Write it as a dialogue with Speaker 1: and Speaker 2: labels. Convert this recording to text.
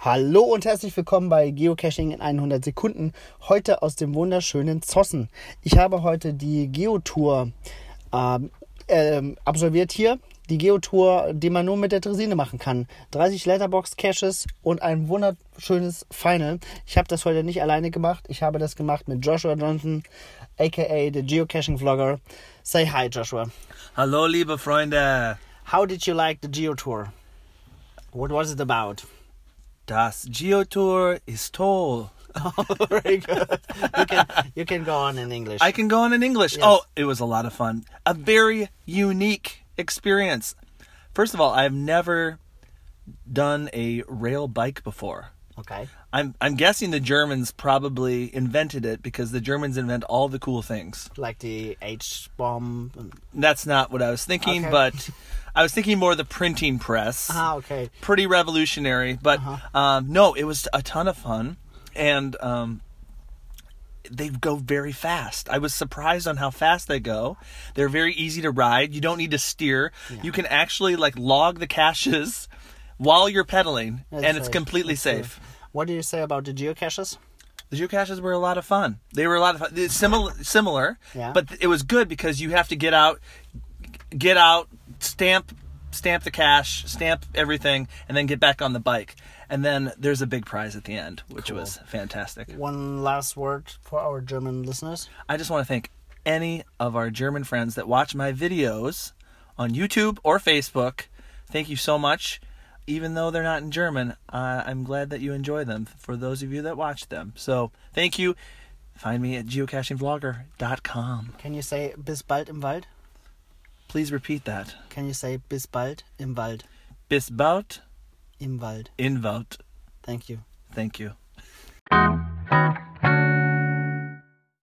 Speaker 1: Hallo und herzlich willkommen bei Geocaching in 100 Sekunden. Heute aus dem wunderschönen Zossen. Ich habe heute die Geotour ähm, ähm, absolviert hier. Die Geotour, die man nur mit der Dresine machen kann. 30 Letterbox-Caches und ein wunderschönes Final. Ich habe das heute nicht alleine gemacht. Ich habe das gemacht mit Joshua Johnson, aka the Geocaching-Vlogger. Say hi, Joshua.
Speaker 2: Hallo, liebe Freunde.
Speaker 1: How did you like the Geotour? What was it about?
Speaker 2: Das Geotour ist toll.
Speaker 1: Very good. You can you can go on in English.
Speaker 2: I can go on in English.
Speaker 1: Yes.
Speaker 2: Oh, it was a lot of fun. A very unique experience. First of all, I've never done a rail bike before.
Speaker 1: okay.
Speaker 2: I'm I'm guessing the Germans probably invented it because the Germans invent all the cool things.
Speaker 1: Like the H bomb.
Speaker 2: That's not what I was thinking,
Speaker 1: Okay.
Speaker 2: but I was thinking more of the printing press.
Speaker 1: Ah, okay.
Speaker 2: pretty revolutionary. But um, no, it was a ton of fun, and um, they go very fast. I was surprised on how fast they go. They're very easy to ride. You don't need to steer. You can actually like log the caches while you're pedaling,
Speaker 1: That's
Speaker 2: and it's
Speaker 1: right.
Speaker 2: completely
Speaker 1: That's
Speaker 2: safe.
Speaker 1: true. What do you say about the geocaches?
Speaker 2: The geocaches were a lot of fun. They were a lot of fun. It's similar, similar,
Speaker 1: Yeah.
Speaker 2: but it was good because you have to get out, get out, stamp, stamp the cache, stamp everything, and then get back on the bike. And then there's a big prize at the end, which was fantastic.
Speaker 1: One last word for our German listeners.
Speaker 2: I just want to thank any of our German friends that watch my videos on YouTube or Facebook. Thank you so much. Even though they're not in German, uh, I'm glad that you enjoy them for those of you that watch them. So thank you. Find me at geocachingvlogger.com.
Speaker 1: Can you say bis bald im Wald?
Speaker 2: Please repeat that.
Speaker 1: Can you say bis bald im Wald?
Speaker 2: Bis bald,
Speaker 1: Im Wald.
Speaker 2: in Wald.
Speaker 1: Thank you.
Speaker 2: Thank you.